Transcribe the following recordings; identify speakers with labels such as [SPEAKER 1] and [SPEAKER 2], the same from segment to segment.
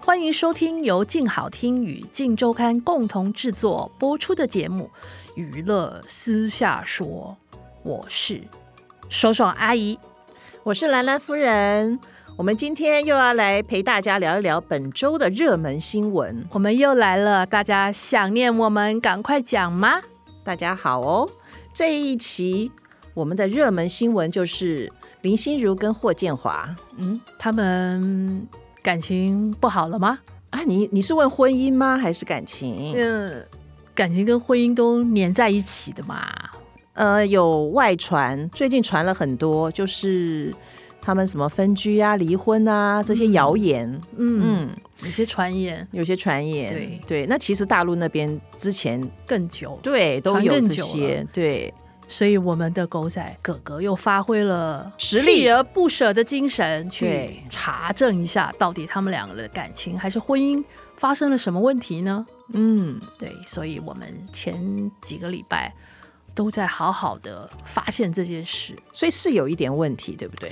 [SPEAKER 1] 欢迎收听由静好听与静周刊共同制作播出的节目《娱乐私下说》，我是爽爽阿姨。
[SPEAKER 2] 我是兰兰夫人。我们今天又要来陪大家聊一聊本周的热门新闻。
[SPEAKER 1] 我们又来了，大家想念我们，赶快讲吗？
[SPEAKER 2] 大家好哦，这一期我们的热门新闻就是林心如跟霍建华
[SPEAKER 1] 嗯，他们感情不好了吗？
[SPEAKER 2] 啊。你你是问婚姻吗？还是感情？
[SPEAKER 1] 嗯、感情跟婚姻都粘在一起的嘛。
[SPEAKER 2] 呃，有外传，最近传了很多，就是他们什么分居啊、离婚啊这些谣言。
[SPEAKER 1] 嗯，
[SPEAKER 2] 嗯，
[SPEAKER 1] 有些传言
[SPEAKER 2] 有些传言，
[SPEAKER 1] 对
[SPEAKER 2] 那其实大陆那边之前
[SPEAKER 1] 更久，
[SPEAKER 2] 对都
[SPEAKER 1] 传
[SPEAKER 2] 有
[SPEAKER 1] 更
[SPEAKER 2] 这
[SPEAKER 1] 久
[SPEAKER 2] 些，对
[SPEAKER 1] 所以我们的狗仔哥哥又发挥了
[SPEAKER 2] 实力
[SPEAKER 1] 锲而不舍的精神，去
[SPEAKER 2] 对
[SPEAKER 1] 查证一下到底他们两个的感情还是婚姻发生了什么问题呢？
[SPEAKER 2] 嗯，
[SPEAKER 1] 对，所以我们前几个礼拜都在好好的发现这件事。
[SPEAKER 2] 所以是有一点问题，对不对？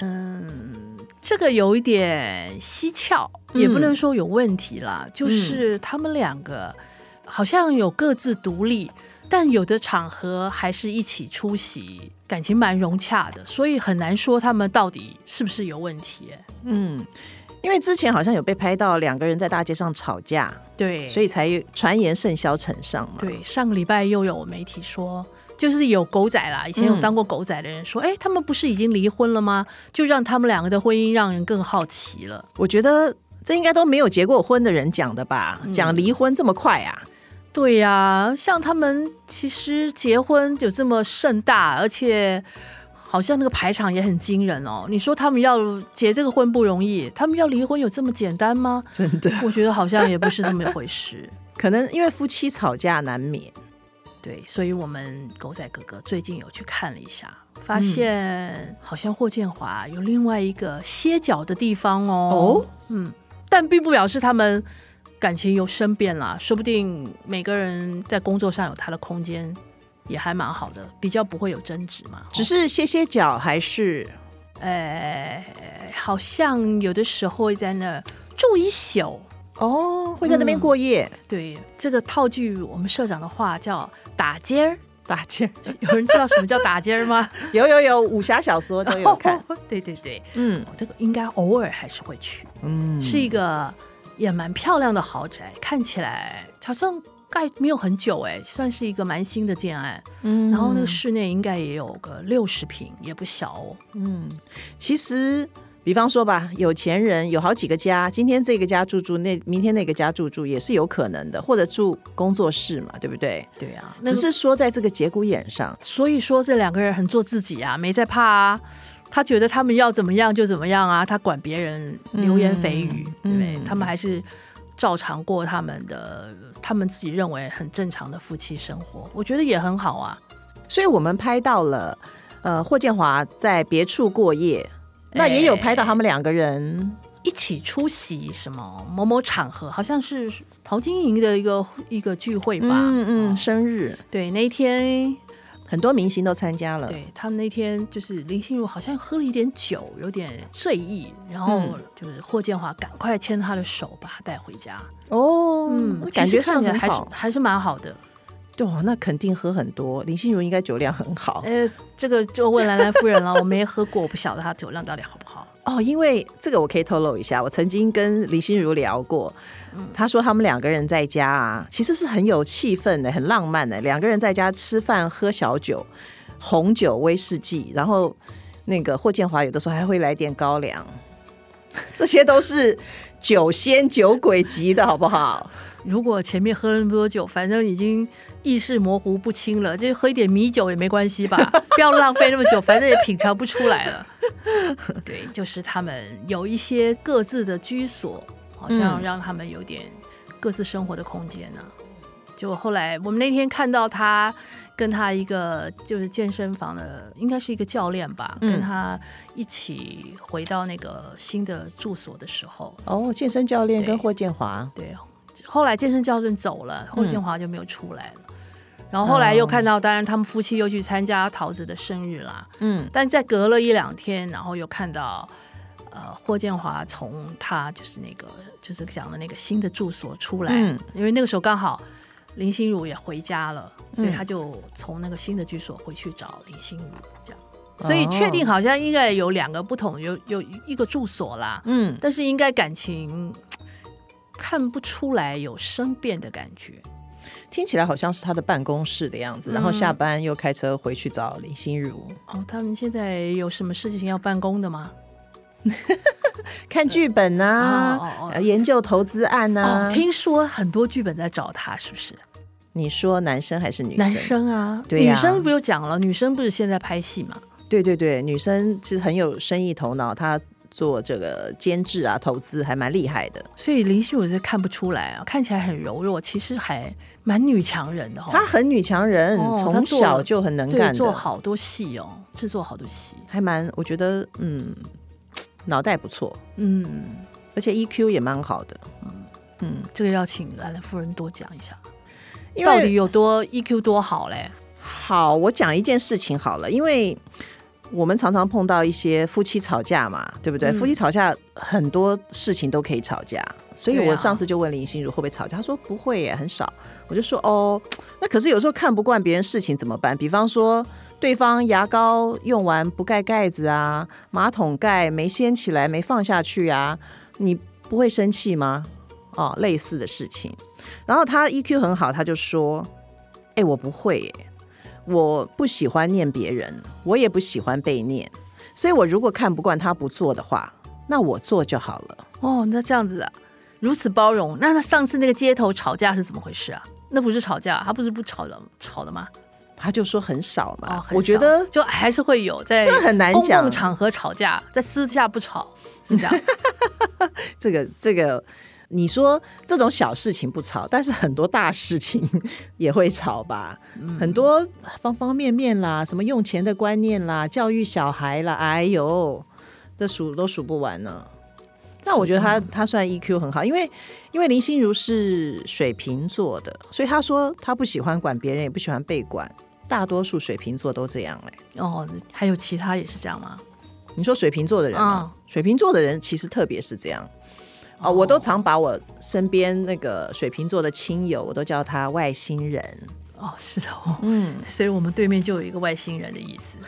[SPEAKER 1] 嗯，这个有一点蹊跷，
[SPEAKER 2] 嗯
[SPEAKER 1] 也不能说有问题啦，就是他们两个好像有各自独立，但有的场合还是一起出席，感情蛮融洽的，所以很难说他们到底是不是有问题、哎
[SPEAKER 2] 嗯，因为之前好像有被拍到两个人在大街上吵架，
[SPEAKER 1] 对，
[SPEAKER 2] 所
[SPEAKER 1] 以
[SPEAKER 2] 以才传言甚嚣尘上嘛。
[SPEAKER 1] 对上个礼拜又有媒体说。就是有狗仔啦，以前有
[SPEAKER 2] 嗯
[SPEAKER 1] 当过狗仔的人说，哎、他们不是已经离婚了吗？就让他们两个的婚姻让人更好奇了。
[SPEAKER 2] 我觉得这应该都没有结过婚的人讲的吧？
[SPEAKER 1] 嗯
[SPEAKER 2] 讲离婚这么快啊？
[SPEAKER 1] 对呀、像他们其实结婚有这么盛大，而且好像那个排场也很惊人哦。你说他们要结这个婚不容易，他们要离婚有这么简单吗？
[SPEAKER 2] 真的，
[SPEAKER 1] 我觉得好像也不是这么一回事。
[SPEAKER 2] 可能因为夫妻吵架难免。
[SPEAKER 1] 哦对，所以我们狗仔哥哥最近有去看了一下，发
[SPEAKER 2] 嗯
[SPEAKER 1] 现好像霍建华有另外一个歇脚的地方哦。
[SPEAKER 2] 哦
[SPEAKER 1] 嗯，但并不表示他们感情有生变啦，说不定每个人在工作上有他的空间，也还蛮好的，比较不会有争执嘛。
[SPEAKER 2] 只是歇歇脚还是
[SPEAKER 1] 呃，好像有的时候会在那儿住一宿。
[SPEAKER 2] 哦，会在
[SPEAKER 1] 嗯
[SPEAKER 2] 那边过夜、
[SPEAKER 1] 对，这个套句我们社长的话叫打尖儿。
[SPEAKER 2] 打架。
[SPEAKER 1] 有人知道什么叫打尖儿吗？
[SPEAKER 2] 有有有，武侠小说都有 看。
[SPEAKER 1] 对对对，
[SPEAKER 2] 嗯
[SPEAKER 1] 这个应该偶尔还是会去，
[SPEAKER 2] 嗯，
[SPEAKER 1] 是一个也蛮漂亮的豪宅，看起来好像盖没有很久哎，算是一个蛮新的建案。
[SPEAKER 2] 嗯
[SPEAKER 1] 然后那个室内应该也有个六十平，也不小哦。
[SPEAKER 2] 其实。比方说吧，有钱人有好几个家，今天这个家住住，那明天那个家住住也是有可能的，或者住工作室嘛，对不对？
[SPEAKER 1] 对啊，那
[SPEAKER 2] 只
[SPEAKER 1] 个
[SPEAKER 2] 是说在这个节骨眼上，
[SPEAKER 1] 所以说这两个人很做自己啊，没在怕啊。他觉得他们要怎么样就怎么样啊，他管别人流言蜚语，对不对？他们还是照常过他们的，他们自己认为很正常的夫妻生活，我觉得也很好啊。
[SPEAKER 2] 所以我们拍到了，呃，霍建华在别处过夜，
[SPEAKER 1] 哎
[SPEAKER 2] 那也有拍到他们两个人，
[SPEAKER 1] 一起出席什么某某场合，好像是陶晶莹的一个一个聚会吧。
[SPEAKER 2] 嗯嗯，
[SPEAKER 1] 哦
[SPEAKER 2] 生日
[SPEAKER 1] 对，那一天，
[SPEAKER 2] 很多明星都参加了，
[SPEAKER 1] 对他们那天就是林心如好像喝了一点酒，有点醉意，然后
[SPEAKER 2] 嗯
[SPEAKER 1] 就是霍建华赶快牵她的手把她带回家。
[SPEAKER 2] 哦，
[SPEAKER 1] 嗯，
[SPEAKER 2] 感
[SPEAKER 1] 其
[SPEAKER 2] 觉
[SPEAKER 1] 实看
[SPEAKER 2] 上
[SPEAKER 1] 起来
[SPEAKER 2] 很
[SPEAKER 1] 还是
[SPEAKER 2] 好，
[SPEAKER 1] 还是蛮好的。
[SPEAKER 2] 对哦，那肯定喝很多，林心如应该酒量很好
[SPEAKER 1] 呃，这个就问兰兰夫人了，我没喝过，我不晓得她酒量到底好不好。
[SPEAKER 2] 哦，因为这个我可以透露一下，我曾经跟林心如聊过，
[SPEAKER 1] 嗯
[SPEAKER 2] 她说他们两个人在家啊，其实是很有气氛的，很浪漫的，两个人在家吃饭喝小酒，红酒、威士忌，然后那个霍建华有的时候还会来点高粱， 这些都是酒仙酒鬼级的好不好？
[SPEAKER 1] 如果前面喝了那么多酒，反正已经意识模糊不清了，就喝一点米酒也没关系吧，不要浪费那么久，反正也品尝不出来了。对，就是他们有一些各自的居所，好像让他们有点各自生活的空间呢、就后来我们那天看到他跟他一个就是健身房的，应该是一个教练吧，
[SPEAKER 2] 嗯
[SPEAKER 1] 跟他一起回到那个新的住所的时候，
[SPEAKER 2] 哦，健身教练
[SPEAKER 1] 对
[SPEAKER 2] 跟霍建华，
[SPEAKER 1] 对，后来健身教练走了，霍建华就没有出来了。然后后来又看到，当然他们夫妻又去参加桃子的生日啦。
[SPEAKER 2] 嗯，
[SPEAKER 1] 但在隔了一两天，然后又看到，呃，霍建华从他就是那个就是讲的那个新的住所出来，
[SPEAKER 2] 嗯
[SPEAKER 1] 因为那个时候刚好林心如也回家了，所以
[SPEAKER 2] 嗯
[SPEAKER 1] 他就从那个新的居所回去找林心如这样。所以确定好像应该有两个不同，有有一个住所啦，
[SPEAKER 2] 嗯，
[SPEAKER 1] 但是应该感情看不出来有生变的感觉。
[SPEAKER 2] 听起来好像是他的办公室的样子，
[SPEAKER 1] 嗯
[SPEAKER 2] 然后下班又开车回去找林心如
[SPEAKER 1] 哦，他们现在有什么事情要办公的吗？
[SPEAKER 2] 看剧本啊，
[SPEAKER 1] 哦哦
[SPEAKER 2] 呃研究投资案
[SPEAKER 1] 哦
[SPEAKER 2] 啊。
[SPEAKER 1] 哦，听说很多剧本在找他，是不是？
[SPEAKER 2] 你说男生还是女生？
[SPEAKER 1] 男生啊，
[SPEAKER 2] 对呀
[SPEAKER 1] 女生不就讲了，女生不是现在拍戏嘛？
[SPEAKER 2] 对对对，女生其实很有生意头脑，她做这个监制啊、投资还蛮厉害的。
[SPEAKER 1] 所以林心如是看不出来啊，看起来很柔弱，其实还蛮女强人的哈、
[SPEAKER 2] 她很女强人，
[SPEAKER 1] 哦她
[SPEAKER 2] 从
[SPEAKER 1] 做
[SPEAKER 2] 小就很能
[SPEAKER 1] 对
[SPEAKER 2] 干
[SPEAKER 1] 做
[SPEAKER 2] 的，
[SPEAKER 1] 好多戏哦，制作好多戏，
[SPEAKER 2] 还蛮我觉得嗯，脑袋不错，
[SPEAKER 1] 嗯，
[SPEAKER 2] 而且 EQ 也蛮好的。
[SPEAKER 1] 这个要请兰兰夫人多讲一下，
[SPEAKER 2] 因为
[SPEAKER 1] 到底有多 EQ 多好嘞？
[SPEAKER 2] 好，我讲一件事情好了，因为我们常常碰到一些夫妻吵架嘛，对不对？
[SPEAKER 1] 嗯
[SPEAKER 2] 夫妻吵架很多事情都可以吵架，所以
[SPEAKER 1] 对啊
[SPEAKER 2] 我上次就问林心如会不会吵架，她说不会耶，很少。我就说哦，那可是有时候看不惯别人事情怎么办？比方说。对方牙膏用完不盖盖子啊，马桶盖没掀起来没放下去啊，你不会生气吗？哦，类似的事情。然后他 EQ 很好，他就说：“哎、我不会耶、我不喜欢念别人，我也不喜欢被念，所以我如果看不惯他不做的话，那我做就好了。
[SPEAKER 1] 哦，那这样子啊，如此包容。那他上次那个街头吵架是怎么回事啊？那不是吵架，他不是不吵的吵的吗？
[SPEAKER 2] 他就说很少嘛，
[SPEAKER 1] 哦，很
[SPEAKER 2] 啊我觉
[SPEAKER 1] 少
[SPEAKER 2] 得
[SPEAKER 1] 就还是会有在
[SPEAKER 2] 这很难
[SPEAKER 1] 公
[SPEAKER 2] 讲
[SPEAKER 1] 共场合吵架，在私下不吵，是不是这啊 样？
[SPEAKER 2] 这个这个，你说这种小事情不吵，但是很多大事情 也会吵吧，很多方方面面啦，什么用钱的观念啦，教育小孩啦，哎呦，这数都数不完呢。那我觉得他他算 EQ 很好，因为因为林心如是水瓶座的，所以他说他不喜欢管别人，也不喜欢被管。大多数水瓶座都这样哎、
[SPEAKER 1] 哦，还有其他也是这样吗？
[SPEAKER 2] 你说水瓶座的人
[SPEAKER 1] 嗯
[SPEAKER 2] 吗？水瓶座的人其实特别是这样。哦，我都常把我身边那个水瓶座的亲友，我都叫他外 星人。
[SPEAKER 1] 哦，是哦，嗯，所以我们对面就有一个外星人的意思。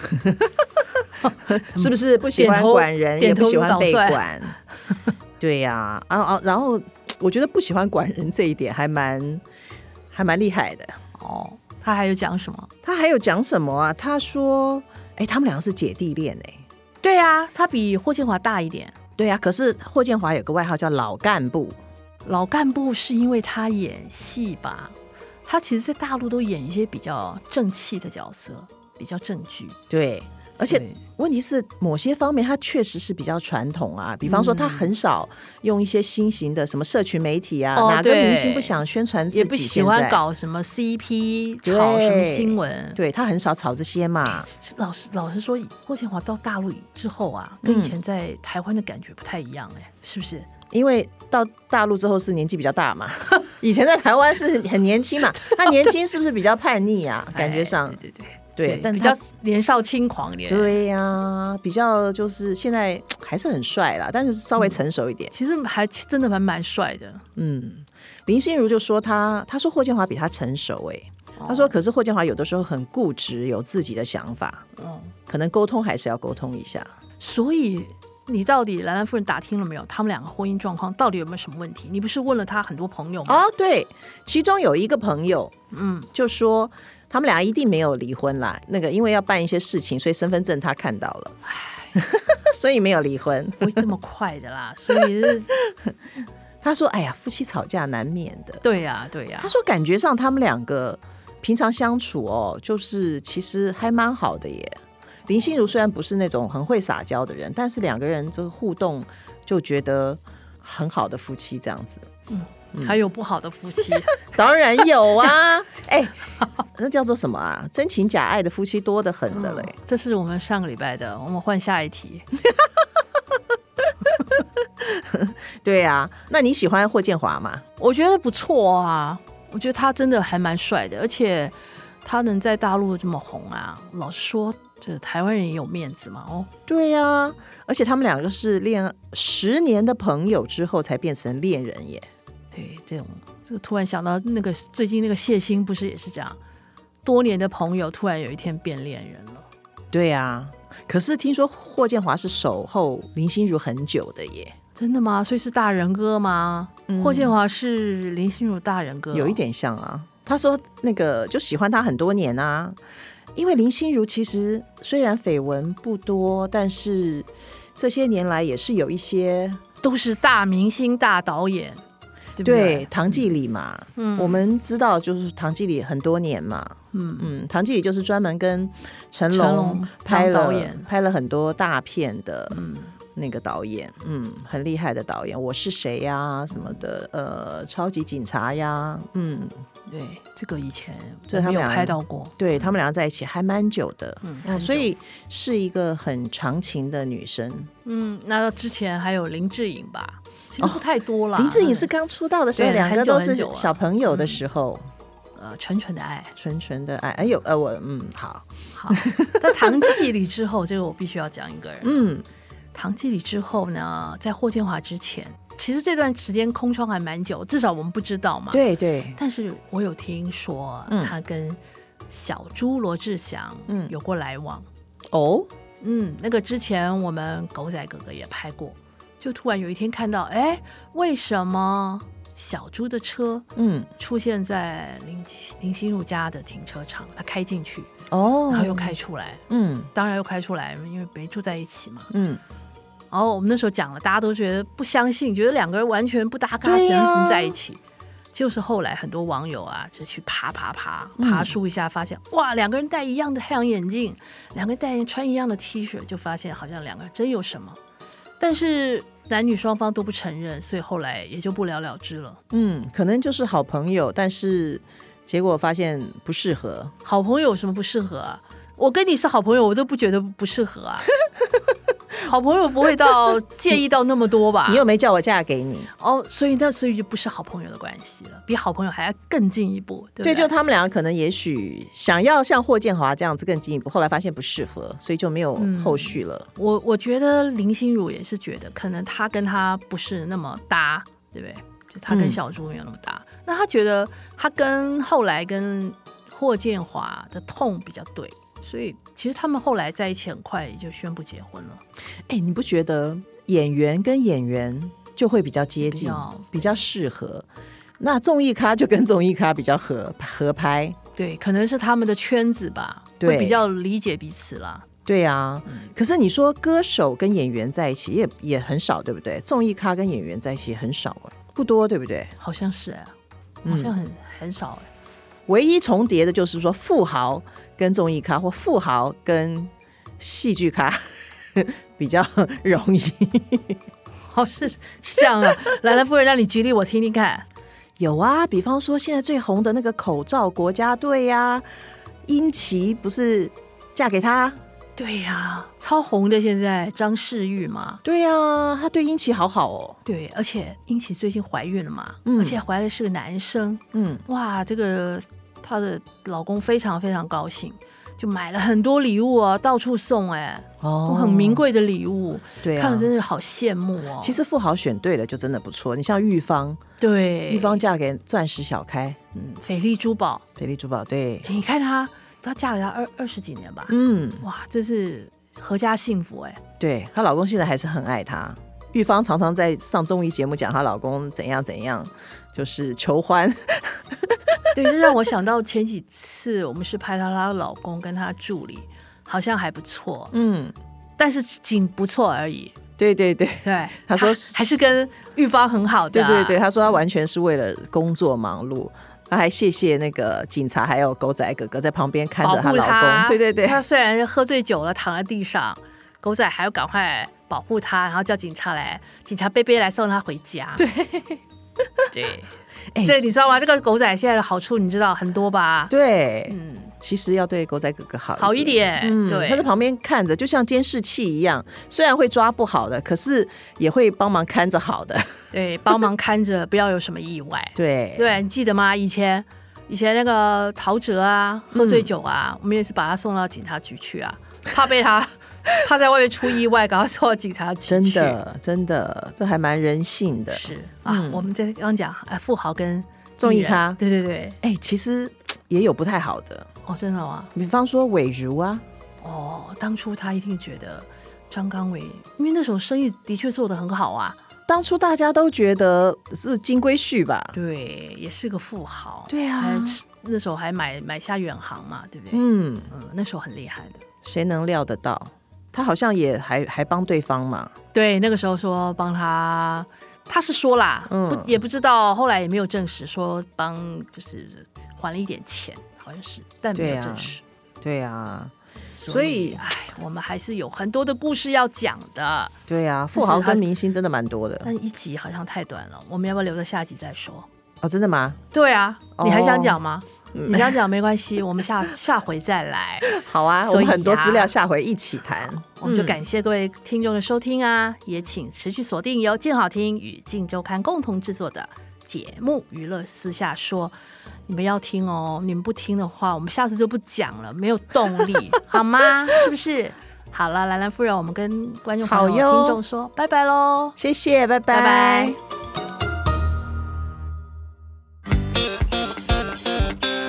[SPEAKER 2] 是不是不喜欢
[SPEAKER 1] 点头
[SPEAKER 2] 管人，
[SPEAKER 1] 点
[SPEAKER 2] 也
[SPEAKER 1] 头
[SPEAKER 2] 不喜欢被
[SPEAKER 1] 如捣
[SPEAKER 2] 管？ 对呀、啊，啊然后我觉得不喜欢管人这一点还蛮还蛮厉害的。
[SPEAKER 1] 哦，他还有讲什么？
[SPEAKER 2] 他还有讲什么啊？他说，哎，他们两个是姐弟恋哎、
[SPEAKER 1] 对啊，他比霍建华大一点。
[SPEAKER 2] 对呀、可是霍建华有个外号叫老干部，
[SPEAKER 1] 老干部是因为他演戏吧？他其实，在大陆都演一些比较正气的角色，比较正剧，
[SPEAKER 2] 对，而且
[SPEAKER 1] 所以
[SPEAKER 2] 问题是，某些方面它确实是比较传统啊，比方说它很少用一些新型的什么社群媒体啊，
[SPEAKER 1] 哦
[SPEAKER 2] 哪个
[SPEAKER 1] 对
[SPEAKER 2] 明星不想宣传自己？
[SPEAKER 1] 也不喜
[SPEAKER 2] 现
[SPEAKER 1] 欢
[SPEAKER 2] 在，
[SPEAKER 1] 搞什么 CP，
[SPEAKER 2] 对
[SPEAKER 1] 炒什么新闻。
[SPEAKER 2] 对他很少炒这些嘛。
[SPEAKER 1] 老实老实说，霍建华到大陆之后啊，跟以前在台湾的感觉不太一样、哎、是不是？
[SPEAKER 2] 因为到大陆之后是年纪比较大嘛， 以前在台湾是很 年轻嘛，他年轻是不是比较叛逆啊？感觉上
[SPEAKER 1] 哎，对对
[SPEAKER 2] 对
[SPEAKER 1] 对，所以
[SPEAKER 2] 但
[SPEAKER 1] 比
[SPEAKER 2] 他
[SPEAKER 1] 较年少轻狂一点。，
[SPEAKER 2] 对呀、比较就是现在还是很帅啦，但是稍
[SPEAKER 1] 嗯
[SPEAKER 2] 微成熟一点。
[SPEAKER 1] 其实还真的蛮蛮帅的。
[SPEAKER 2] 嗯林心如就说他，他说霍建华比他成熟哎、他说可是霍建华有的时候很固执，有自己的想法，
[SPEAKER 1] 嗯，
[SPEAKER 2] 可能沟通还是要沟通一下。
[SPEAKER 1] 所以你到底兰兰夫人打听了没有？他们两个婚姻状况到底有没有什么问题？你不是问了他很多朋友吗？
[SPEAKER 2] 哦，对，其中有一个朋友，嗯，就说他们俩一定没有离婚啦。那个因为要办一些事情，所以身份证他看到了， 所以没有离婚。
[SPEAKER 1] 不会这么快的啦， 所以是
[SPEAKER 2] 他说：“哎呀，夫妻吵架难免的。
[SPEAKER 1] 对呀、对呀、
[SPEAKER 2] 他说感觉上他们两个平常相处哦，就是其实还蛮好的耶。林心如虽然不是那种很会撒娇的人，但是两个人这个互动就觉得很好的夫妻这样子。
[SPEAKER 1] 还有不好的夫 妻，
[SPEAKER 2] 当然有啊，哎、那叫做什么啊？真情假爱的夫妻多得很的嘞。
[SPEAKER 1] 这是我们上个礼拜的，我们换下一题。
[SPEAKER 2] 对啊，那你喜欢霍建华吗？
[SPEAKER 1] 我觉得不错啊，我觉得他真的还蛮帅的，而且他能在大陆这么红啊，老实说，这台湾人也有面子嘛。哦，
[SPEAKER 2] 对呀、而且他们两个是恋十年的朋友之后才变成恋人耶。
[SPEAKER 1] 对，这种这个突然想到那个最近那个谢欣不是也是这样，多年的朋友突然有一天变恋人了。
[SPEAKER 2] 对呀、可是听说霍建华是守候林心如很久的耶，
[SPEAKER 1] 真的吗？所以是大人哥吗？霍建华是林心如大人哥哦、
[SPEAKER 2] 有一点像啊。他说那个就喜欢他很多年啊，因为林心如其实虽然绯闻不多，但是这些年来也是有一些
[SPEAKER 1] 都是大明星、大导演，对不
[SPEAKER 2] 对，唐季礼嘛，嗯，我们知道就是唐季礼很多年嘛，嗯嗯，唐季礼就是专门跟成
[SPEAKER 1] 成
[SPEAKER 2] 龙
[SPEAKER 1] 龙
[SPEAKER 2] 拍
[SPEAKER 1] 当
[SPEAKER 2] 了
[SPEAKER 1] 导演
[SPEAKER 2] 拍了很多大片的，嗯。那个导演，嗯，很厉害的导演，我是谁呀、什么的，呃，超级警察呀，嗯，
[SPEAKER 1] 对，这个以前
[SPEAKER 2] 这
[SPEAKER 1] 我
[SPEAKER 2] 他
[SPEAKER 1] 没
[SPEAKER 2] 们
[SPEAKER 1] 有
[SPEAKER 2] 两个
[SPEAKER 1] 拍到过。
[SPEAKER 2] 对他们俩在一起还蛮久的，嗯
[SPEAKER 1] 很嗯久
[SPEAKER 2] 所以是一个很长情的女生。
[SPEAKER 1] 嗯，那之前还有林志颖吧，其实不太多啦。
[SPEAKER 2] 哦林志颖是刚出道的时候，
[SPEAKER 1] 对
[SPEAKER 2] 两
[SPEAKER 1] 很
[SPEAKER 2] 个
[SPEAKER 1] 久
[SPEAKER 2] 都
[SPEAKER 1] 很
[SPEAKER 2] 是
[SPEAKER 1] 久啊
[SPEAKER 2] 小朋友的时候，
[SPEAKER 1] 呃纯纯的爱。
[SPEAKER 2] 纯纯的爱。哎呦，呃，我嗯好，
[SPEAKER 1] 好， 那唐季礼之后，这个我必须要讲一个人。
[SPEAKER 2] 嗯，
[SPEAKER 1] 唐季礼之后呢，在霍建华之前，其实这段时间空窗还蛮久，至少我们不知道嘛。。
[SPEAKER 2] 对对，
[SPEAKER 1] 但是我有听说，
[SPEAKER 2] 嗯
[SPEAKER 1] 他跟小猪罗志祥
[SPEAKER 2] 嗯
[SPEAKER 1] 有过来往。
[SPEAKER 2] 哦，
[SPEAKER 1] 嗯，那个之前我们狗仔哥哥也拍过，就突然有一天看到，哎，为什么小猪的车
[SPEAKER 2] 嗯
[SPEAKER 1] 出现在林林心如家的停车场？他开进去，
[SPEAKER 2] 哦，
[SPEAKER 1] 然后又开出来，
[SPEAKER 2] 嗯
[SPEAKER 1] 当然又开出来，因为没住在一起嘛。
[SPEAKER 2] 嗯，
[SPEAKER 1] 然后我们那时候讲了，大家都觉得不相信，觉得两个人完全不搭嘎，
[SPEAKER 2] 对
[SPEAKER 1] 怎
[SPEAKER 2] 呀
[SPEAKER 1] 么能在一起？就是后来很多网友啊，就去爬爬爬
[SPEAKER 2] 嗯
[SPEAKER 1] 爬树一下，发现、哇，两个人戴一样的太阳眼镜，两个人戴穿一样的 T 恤，就发现好像两个人真有什么，但是男女双方都不承认，所以后来也就不了了之了。
[SPEAKER 2] 嗯，可能就是好朋友，但是结果发现不适合。
[SPEAKER 1] 好朋友有什么不适合啊？我跟你是好朋友，我都不觉得不适合啊。好朋友不会到介意到那么多 吧？
[SPEAKER 2] 你又没叫我嫁给你，
[SPEAKER 1] 哦，所以那所以就不是好朋友的关系了，比好朋友还要更进一步，对不
[SPEAKER 2] 对，
[SPEAKER 1] 对？
[SPEAKER 2] 就他们两个可能也许想要像霍建华这样子更进一步，后来发现不适合，所以就没有
[SPEAKER 1] 嗯
[SPEAKER 2] 后续了。
[SPEAKER 1] 我我觉得林心如也是觉得，可能她跟他不是那么搭，对不对？就她跟
[SPEAKER 2] 嗯
[SPEAKER 1] 小猪没有那么搭，那她觉得她跟后来跟霍建华的痛比较对，所以其实他们后来在一起很快也就宣布结婚了。
[SPEAKER 2] 哎、你不觉得演员跟演员就会比较接
[SPEAKER 1] 比
[SPEAKER 2] 近，比
[SPEAKER 1] 较
[SPEAKER 2] 较适合？那综艺咖就跟综艺咖比较合合拍，
[SPEAKER 1] 对，可能是他们的圈子吧，会
[SPEAKER 2] 对
[SPEAKER 1] 比较理解彼此啦。
[SPEAKER 2] 对啊。可是你说歌手跟演员在一起也也很少，对不对？综艺咖跟演员在一起也很少啊，不多，对不对？
[SPEAKER 1] 好像是、哎，好
[SPEAKER 2] 嗯
[SPEAKER 1] 像很、很少、哎。
[SPEAKER 2] 唯一重叠的就是说富豪跟综艺咖或富豪跟戏剧咖 比较容易。
[SPEAKER 1] 哦，是是这样啊，兰兰夫人，让你举例我听听看。
[SPEAKER 2] 有啊，比方说现在最红的那个口罩国家队呀、殷琦不是嫁给他？
[SPEAKER 1] 对呀、超红的现在张世玉嘛，
[SPEAKER 2] 对呀、啊，他对殷琦好好哦。
[SPEAKER 1] 对，而且殷琦最近怀孕了嘛，
[SPEAKER 2] 嗯
[SPEAKER 1] 而且怀的是个男生，
[SPEAKER 2] 嗯，
[SPEAKER 1] 哇，这个她的老公非常非常高兴，就买了很多礼物啊，到处送哎、
[SPEAKER 2] 哦
[SPEAKER 1] 很名。贵的礼物，
[SPEAKER 2] 对啊
[SPEAKER 1] 看了真是好羡慕哦。
[SPEAKER 2] 其实富豪选对了就真的不错。你像玉芳，
[SPEAKER 1] 对，
[SPEAKER 2] 玉芳嫁给钻石小开，
[SPEAKER 1] 嗯斐丽珠宝，
[SPEAKER 2] 菲利珠宝对，
[SPEAKER 1] 你看她，她嫁给他二二十几年吧，
[SPEAKER 2] 嗯，
[SPEAKER 1] 哇，这是阖家幸福哎、
[SPEAKER 2] 对她老公现在还是很爱她。玉芳常常在上综艺节目讲她老公怎样怎样，就是求欢。
[SPEAKER 1] 对，这让我想到前几次我们是拍到她老公跟她助理，好像还不错，
[SPEAKER 2] 嗯，
[SPEAKER 1] 但是仅不错而已。
[SPEAKER 2] 对对对。
[SPEAKER 1] 对，
[SPEAKER 2] 她说
[SPEAKER 1] 还是跟玉芳很好的
[SPEAKER 2] 对
[SPEAKER 1] 啊、
[SPEAKER 2] 对对，他说他完全是为了工作忙碌，他还谢谢那个警察还有狗仔哥哥在旁边看
[SPEAKER 1] 保
[SPEAKER 2] 着
[SPEAKER 1] 护她嗯
[SPEAKER 2] 老公。对对对，
[SPEAKER 1] 她虽然喝醉酒了躺在地上，狗仔还要赶快。保护他，然后叫警察来，警察贝贝来送他回家。对对，
[SPEAKER 2] 哎
[SPEAKER 1] 这你知道吗？这个狗仔现在的好处你知道很多吧？
[SPEAKER 2] 对，
[SPEAKER 1] 嗯，
[SPEAKER 2] 其实要对狗仔哥哥好
[SPEAKER 1] 好一。点，
[SPEAKER 2] 嗯，
[SPEAKER 1] 对，
[SPEAKER 2] 他在旁边看着，就像监视器一样，虽然会抓不好的，可是也会帮忙看着好的。
[SPEAKER 1] 对，帮忙看着，不要有什么意外。
[SPEAKER 2] 对，
[SPEAKER 1] 对，你记得吗？以前以前那个陶喆啊，喝
[SPEAKER 2] 嗯
[SPEAKER 1] 醉酒啊，我们也是把他送到警察局去啊，怕被他 怕在外面出意外，赶快送到警察局
[SPEAKER 2] 真
[SPEAKER 1] 去。
[SPEAKER 2] 的，真的，这还蛮人性的。
[SPEAKER 1] 是啊，我们在刚讲哎，富豪跟
[SPEAKER 2] 综艺
[SPEAKER 1] 人
[SPEAKER 2] 咖
[SPEAKER 1] 对对对，
[SPEAKER 2] 哎、其实也有不太好的，
[SPEAKER 1] 哦，真的吗？
[SPEAKER 2] 比方说伟如啊，
[SPEAKER 1] 哦，当初他一定觉得张刚伟，因为那时候生意的确做得很好啊，
[SPEAKER 2] 当初大家都觉得是金龟婿吧？
[SPEAKER 1] 对，也是个富豪，
[SPEAKER 2] 对啊
[SPEAKER 1] 还吃那时候还买买下远航嘛，对不对？嗯
[SPEAKER 2] 嗯，
[SPEAKER 1] 那时候很厉害的。
[SPEAKER 2] 谁能料得到？他好像也还还帮对方嘛，
[SPEAKER 1] 对，那个时候说帮他，他是说啦，
[SPEAKER 2] 嗯
[SPEAKER 1] 不也不知道，后来也没有证实说帮，就是还了一点钱，好像是，但没
[SPEAKER 2] 对
[SPEAKER 1] 有
[SPEAKER 2] 啊
[SPEAKER 1] 证实。
[SPEAKER 2] 对啊，
[SPEAKER 1] 所
[SPEAKER 2] 所
[SPEAKER 1] 以，
[SPEAKER 2] 以
[SPEAKER 1] 哎，我们还是有很多的故事要讲的，
[SPEAKER 2] 对啊，
[SPEAKER 1] 是
[SPEAKER 2] 富豪
[SPEAKER 1] 他
[SPEAKER 2] 跟明星真的蛮多的
[SPEAKER 1] 但一集好像太短了，我们要不要留到下集再说？
[SPEAKER 2] 哦，真的吗？
[SPEAKER 1] 对啊，你还想讲吗？
[SPEAKER 2] 嗯
[SPEAKER 1] 你想讲没关系，我们下下回再 来。
[SPEAKER 2] 好啊，我
[SPEAKER 1] 所以
[SPEAKER 2] 们很多
[SPEAKER 1] 呀
[SPEAKER 2] 资料下回一起谈。
[SPEAKER 1] 我们就感谢各位听众的收听啊，也请持续锁定由静好听与静周刊共同制作的节目《娱乐私下说》，你们要听哦，你们不听的话，我们下次就不讲了，没有动 力，好吗？是不是？好了，兰兰夫人，我们跟观众朋友、
[SPEAKER 2] 好哟
[SPEAKER 1] 听众说拜拜喽，
[SPEAKER 2] 谢谢，拜拜。
[SPEAKER 1] 拜拜。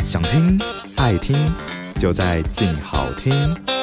[SPEAKER 3] 想听爱听，就在静好听。